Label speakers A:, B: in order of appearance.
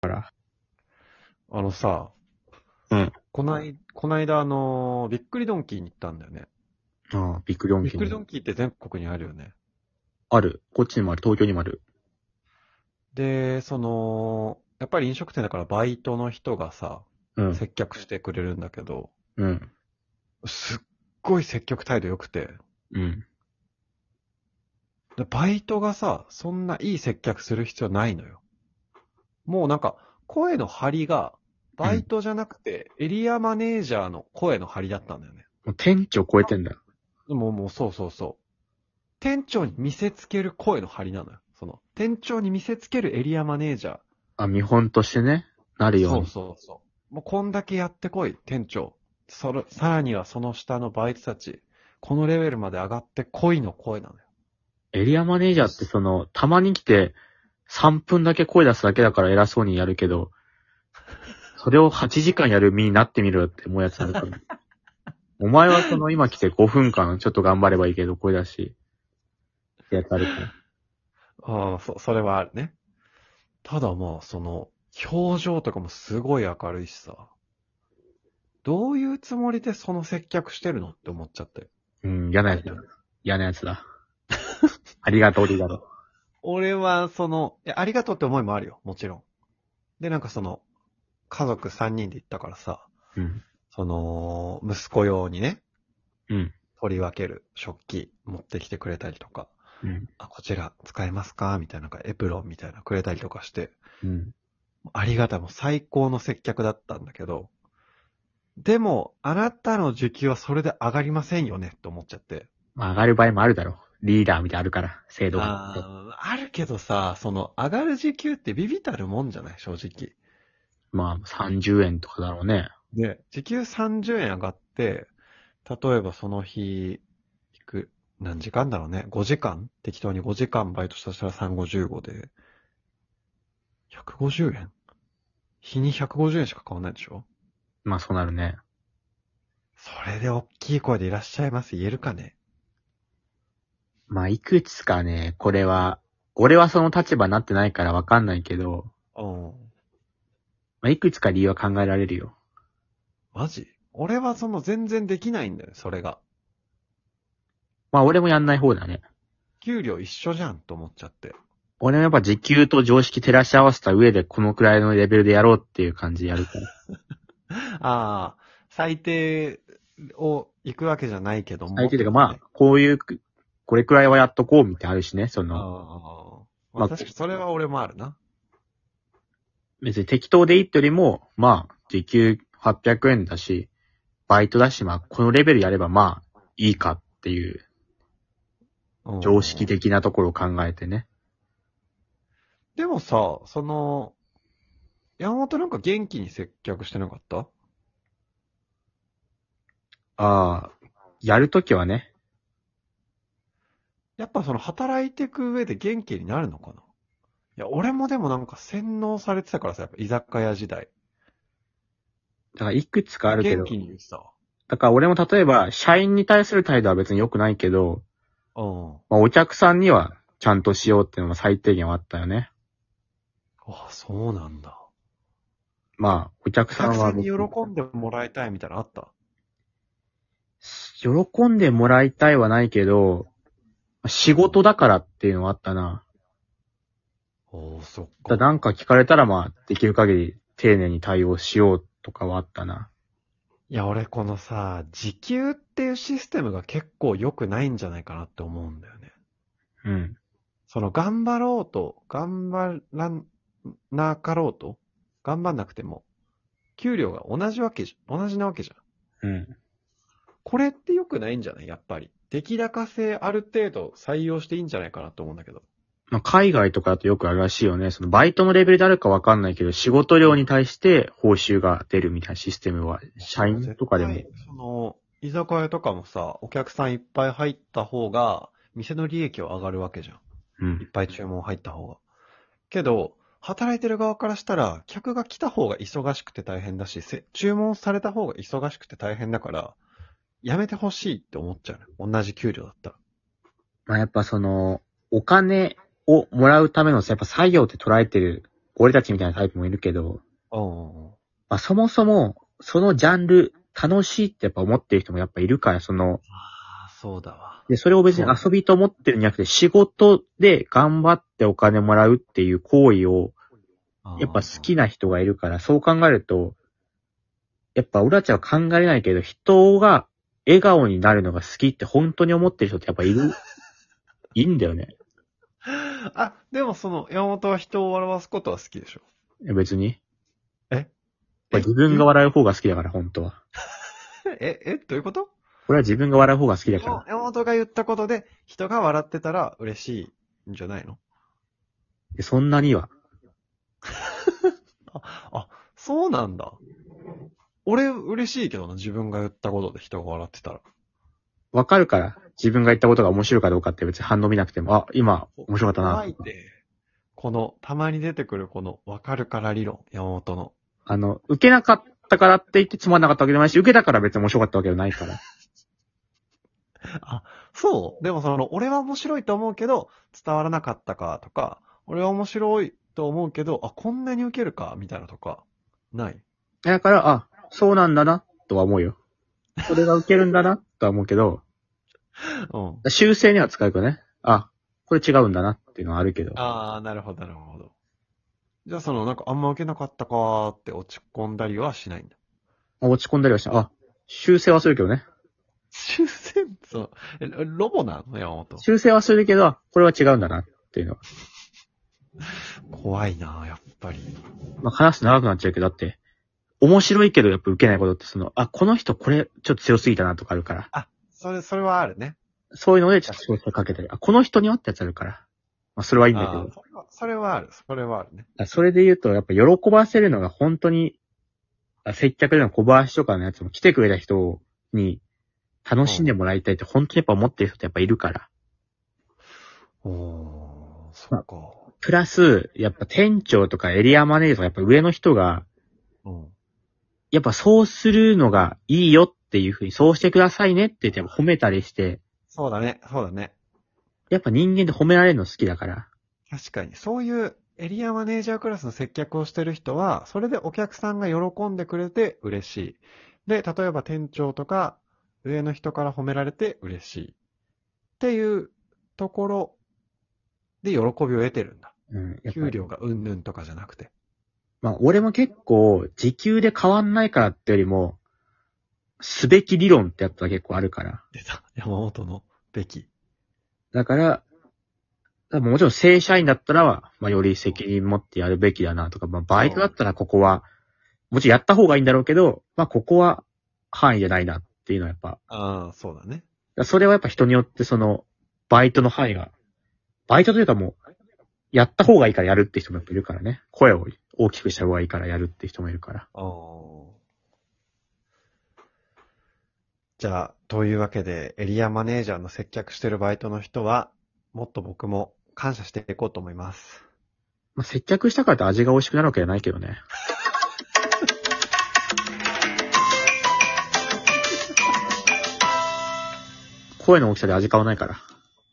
A: から。
B: あのさ、
A: うん。
B: こない、こないだあのーびっくりドンキーに行ったんだよね。
A: ああ、びっくりドン
B: びっ
A: キ
B: くりド
A: ー。
B: ンキーって全国にあるよね。
A: ある。こっちにもある。東京にもある。
B: で、その、やっぱり飲食店だからバイトの人がさ、
A: うん。
B: 接客してくれるんだけど、
A: うん。
B: すっごい接客態度良くて、
A: うん。
B: でバイトがさ、そんないい接客する必要ないのよ。もうなんか、声の張りが、バイトじゃなくて、エリアマネージャーの声の張りだったんだよね。
A: もう店長超えてんだ。
B: もうもうそうそうそう。店長に見せつける声の張りなのよ。その、店長に見せつけるエリアマネージャー。
A: あ、見本としてね。なるよう
B: そう
A: に。
B: そうそう。もうこんだけやってこい、店長。それ、さらにはその下のバイトたち。このレベルまで上がってこいの声なのよ。
A: エリアマネージャーってその、たまに来て、3分だけ声出すだけだから偉そうにやるけど、それを8時間やる身になってみろよって思うやつある から。お前はその今来て5分間ちょっと頑張ればいいけど声出し、ってやつあるから。
B: ああ、そ、それはあるね。ただまあ、その、表情とかもすごい明るいしさ。どういうつもりでその接客してるのって思っちゃって。
A: うん、嫌なやつだ。嫌なや つだ。ありがとう、ありがとう。
B: 俺は、その、いや、ありがとうって思いもあるよ、もちろん。で、なんかその、家族3人で行ったからさ、
A: うん。
B: その、息子用にね、
A: うん。
B: 取り分ける食器持ってきてくれたりとか、
A: うん。
B: あ、こちら使えますかみたいな、なんかエプロンみたいなのくれたりとかして、
A: うん。
B: ありがたい、もう最高の接客だったんだけど、でも、あなたの時給はそれで上がりませんよね、と思っちゃって。
A: まあ、上がる場合もあるだろう。リーダーみたいなのあるから、制度があって。
B: あーあるけどさ、その、上がる時給ってビビたるもんじゃない、正直。
A: まあ、30円とかだろうね。
B: で、時給30円上がって、例えばその日、行く、何時間だろうね。5時間適当に5時間バイトしたとしたら355で、150円日に150円しか変わんないでしょ
A: まあ、そうなるね。
B: それで大きい声でいらっしゃいます言えるかね
A: まあ、いくつかね、これは、俺はその立場になってないからわかんないけど、
B: うん。
A: まあ、いくつか理由は考えられるよ。
B: マジ俺はその全然できないんだよ、それが。
A: まあ、俺もやんない方だね。
B: 給料一緒じゃんと思っちゃって。
A: 俺もやっぱ時給と常識照らし合わせた上で、このくらいのレベルでやろうっていう感じでやるから。
B: ああ、最低を行くわけじゃないけども。
A: 相手というか、まあ、こういう、これくらいはやっとこうみたいなのあるしね、その、
B: ああ。
A: ま
B: ま
A: あ
B: あ確かにそれは俺もあるな。
A: 別に適当でいいってよりも、まあ、時給800円だし、バイトだし、まあ、このレベルやればまあ、いいかっていう、
B: うん
A: 常識。的なところを考えてね。
B: でもさ、その、山本なんか元気に接客してなかった
A: ああ、やるときはね、
B: やっぱその働いてく上で元気になるのかないや、俺もでもなんか洗脳されてたからさ、やっぱ居酒屋時代。
A: だからいくつかあるけど
B: 元、気に言ってたわ。
A: だから俺も例えば、社員に対する態度は別に良くないけど、
B: うん。
A: まあ、お客さんにはちゃんとしようっていうのが最低限はあったよね。
B: ああ、そうなんだ。
A: まあ、お
B: お
A: 客さ
B: 客
A: んは
B: さん
A: 別
B: に
A: に、
B: 喜んでもらいたいみたいなのあった
A: 喜んでもらいたいはないけど、仕事だからっていうのはあったな。
B: おおそっか。
A: だなんか聞かれたらまあ、できる限り丁寧に対応しようとかはあったな。
B: いや、俺このさ、時給っていうシステムが結構良くないんじゃないかなって思うんだよね。
A: うん。
B: その、頑張ろうと、頑張らなかろうと、頑張んなくても、給料が同じわけじゃ、同じなわけじゃん。
A: うん。
B: これって良くないんじゃないやっぱり。出来高性ある程度採用していいんじゃないかなと思うんだけど。
A: まあ、海外とかだとよくあるらしいよね。そのバイトのレベルであるかわかんないけど、仕事量に対して報酬が出るみたいなシステムは、社員とかでも。
B: 絶対その、居酒屋とかもさ、お客さんいっぱい入った方が、店の利益は上がるわけじゃん。
A: う
B: いっ
A: ん。
B: ぱい注文入った方が。けど、働いてる側からしたら、客が来た方が忙しくて大変だし、せ注文された方が忙しくて大変だから、やめてほしいって思っちゃうね。同じ給料だったら。
A: まあ、やっぱその、お金をもらうための、やっぱ作業って捉えてる俺たちみたいなタイプもいるけど、
B: うんうんうん。
A: まあそもそも、そのジャンル、楽しいってやっぱ思ってる人もやっぱいるから、その、
B: ああ、そうだわ。
A: で、それを別に遊びと思ってるんじゃなくて、仕事で頑張ってお金もらうっていう行為を、やっぱ好きな人がいるから、そう考えると、やっぱ俺たちは考えれないけど、人が笑顔になるのが好きって本当に思ってる人ってやっぱい る、いいんだよね。
B: あ、でもその、山本は人を笑わすことは好きでしょ。
A: いや別に。
B: え
A: やっぱ自分が笑う方が好きだから、本当は。
B: え、え、どういうこと
A: 俺は自分が笑う方が好きだか
B: 山
A: ら。
B: 本が言ったことで、人が笑ってたら嬉しいんじゃないの
A: でそんなには。
B: そうなんだ。俺、嬉しいけどな、自分が言ったことで人が笑ってたら。
A: わかるから、自分が言ったことが面白いかどうかって別に反応見なくても、あ、今、面白かった
B: 怖
A: ない
B: っ。て、この、たまに出てくるこの、わかるから理論、山本の。
A: あの、受けなかったからって言ってつまんなかったわけでもないし、受けたから別に面白かったわけでもないから。
B: そう。でもその、俺は面白いと思うけど、伝わらなかったかとか、俺は面白いと思うけど、あ、こんなに受けるか、みたいなとか、ない。
A: だから、あ、そうなんだな、とは思うよ。それが受けるんだな、とは思うけど、
B: うん。
A: 修正には使うけどね。あ、これ違うんだな、っていうのはあるけど。
B: ああ、なるほど、なるほど。じゃあその、なんかあんま受けなかったかーって落ち込んだりはしないんだ。
A: 落ち込んだりはした。あ、修正はするけどね。
B: 修正、その、えロボなの山本。
A: 修正はするけど、あこれは違うんだな、っていうのは。
B: 怖いなやっぱり。
A: まあ、話すと長くなっちゃうけど、だって、面白いけどやっぱ受けないことって、その、あ、この人これちょっと強すぎたなとかあるから。
B: それ、それはあるね。
A: そういうのでちょっと修正かけたり、あ、この人にはってやつあるから。まあ、それはいいんだけ
B: あ
A: ど
B: ー。それはそれはある、それはあるね。
A: あそれで言うと、やっぱ喜ばせるのが本当に、あ接客での小林とかのやつも来てくれた人に楽しんでもらいたいって本当にやっぱ思ってる人ってやっぱいるから。
B: おー、そっか。
A: プラス、やっぱ店長とかエリアマネージャーとかやっぱ上の人が、
B: うん。
A: やっぱそうするのがいいよっていうふうに、そうしてくださいねって言ってやっぱ褒めたりして、
B: そうだね、そうだね。
A: やっぱ人間って褒められるの好きだから。
B: 確かに、そういうエリアマネージャークラスの接客をしてる人は、それでお客さんが喜んでくれて嬉しい。で、例えば店長とか、上の人から褒められて嬉しい。っていうところで喜びを得てるんだ。
A: うん。やっぱ
B: 給料がうんぬんとかじゃなくて。
A: まあ、俺も結構、時給で変わんないからってよりも、すべき理論ってやつは結構あるから。
B: 出た。山本のべき。
A: だから、多分もちろん正社員だったらは、まあ、より責任持ってやるべきだなとか、まあ、バイトだったらここは、もちろんやった方がいいんだろうけど、まあ、ここは範囲じゃないなっていうのはやっぱ、だか
B: ああ、そうだね。
A: らそれはやっぱ人によってその、バイトの範囲が、バイトというかもう、やった方がいいからやるって人もやっぱいるからね。声を大きくした方がいいからやるって人もいるから。
B: ああ。じゃあ、というわけで、エリアマネージャーの接客してるバイトの人は、もっと僕も感謝していこうと思います。
A: まあ、接客したからって味が美味しくなるわけじゃないけどね。声の大きさで味変わらないから。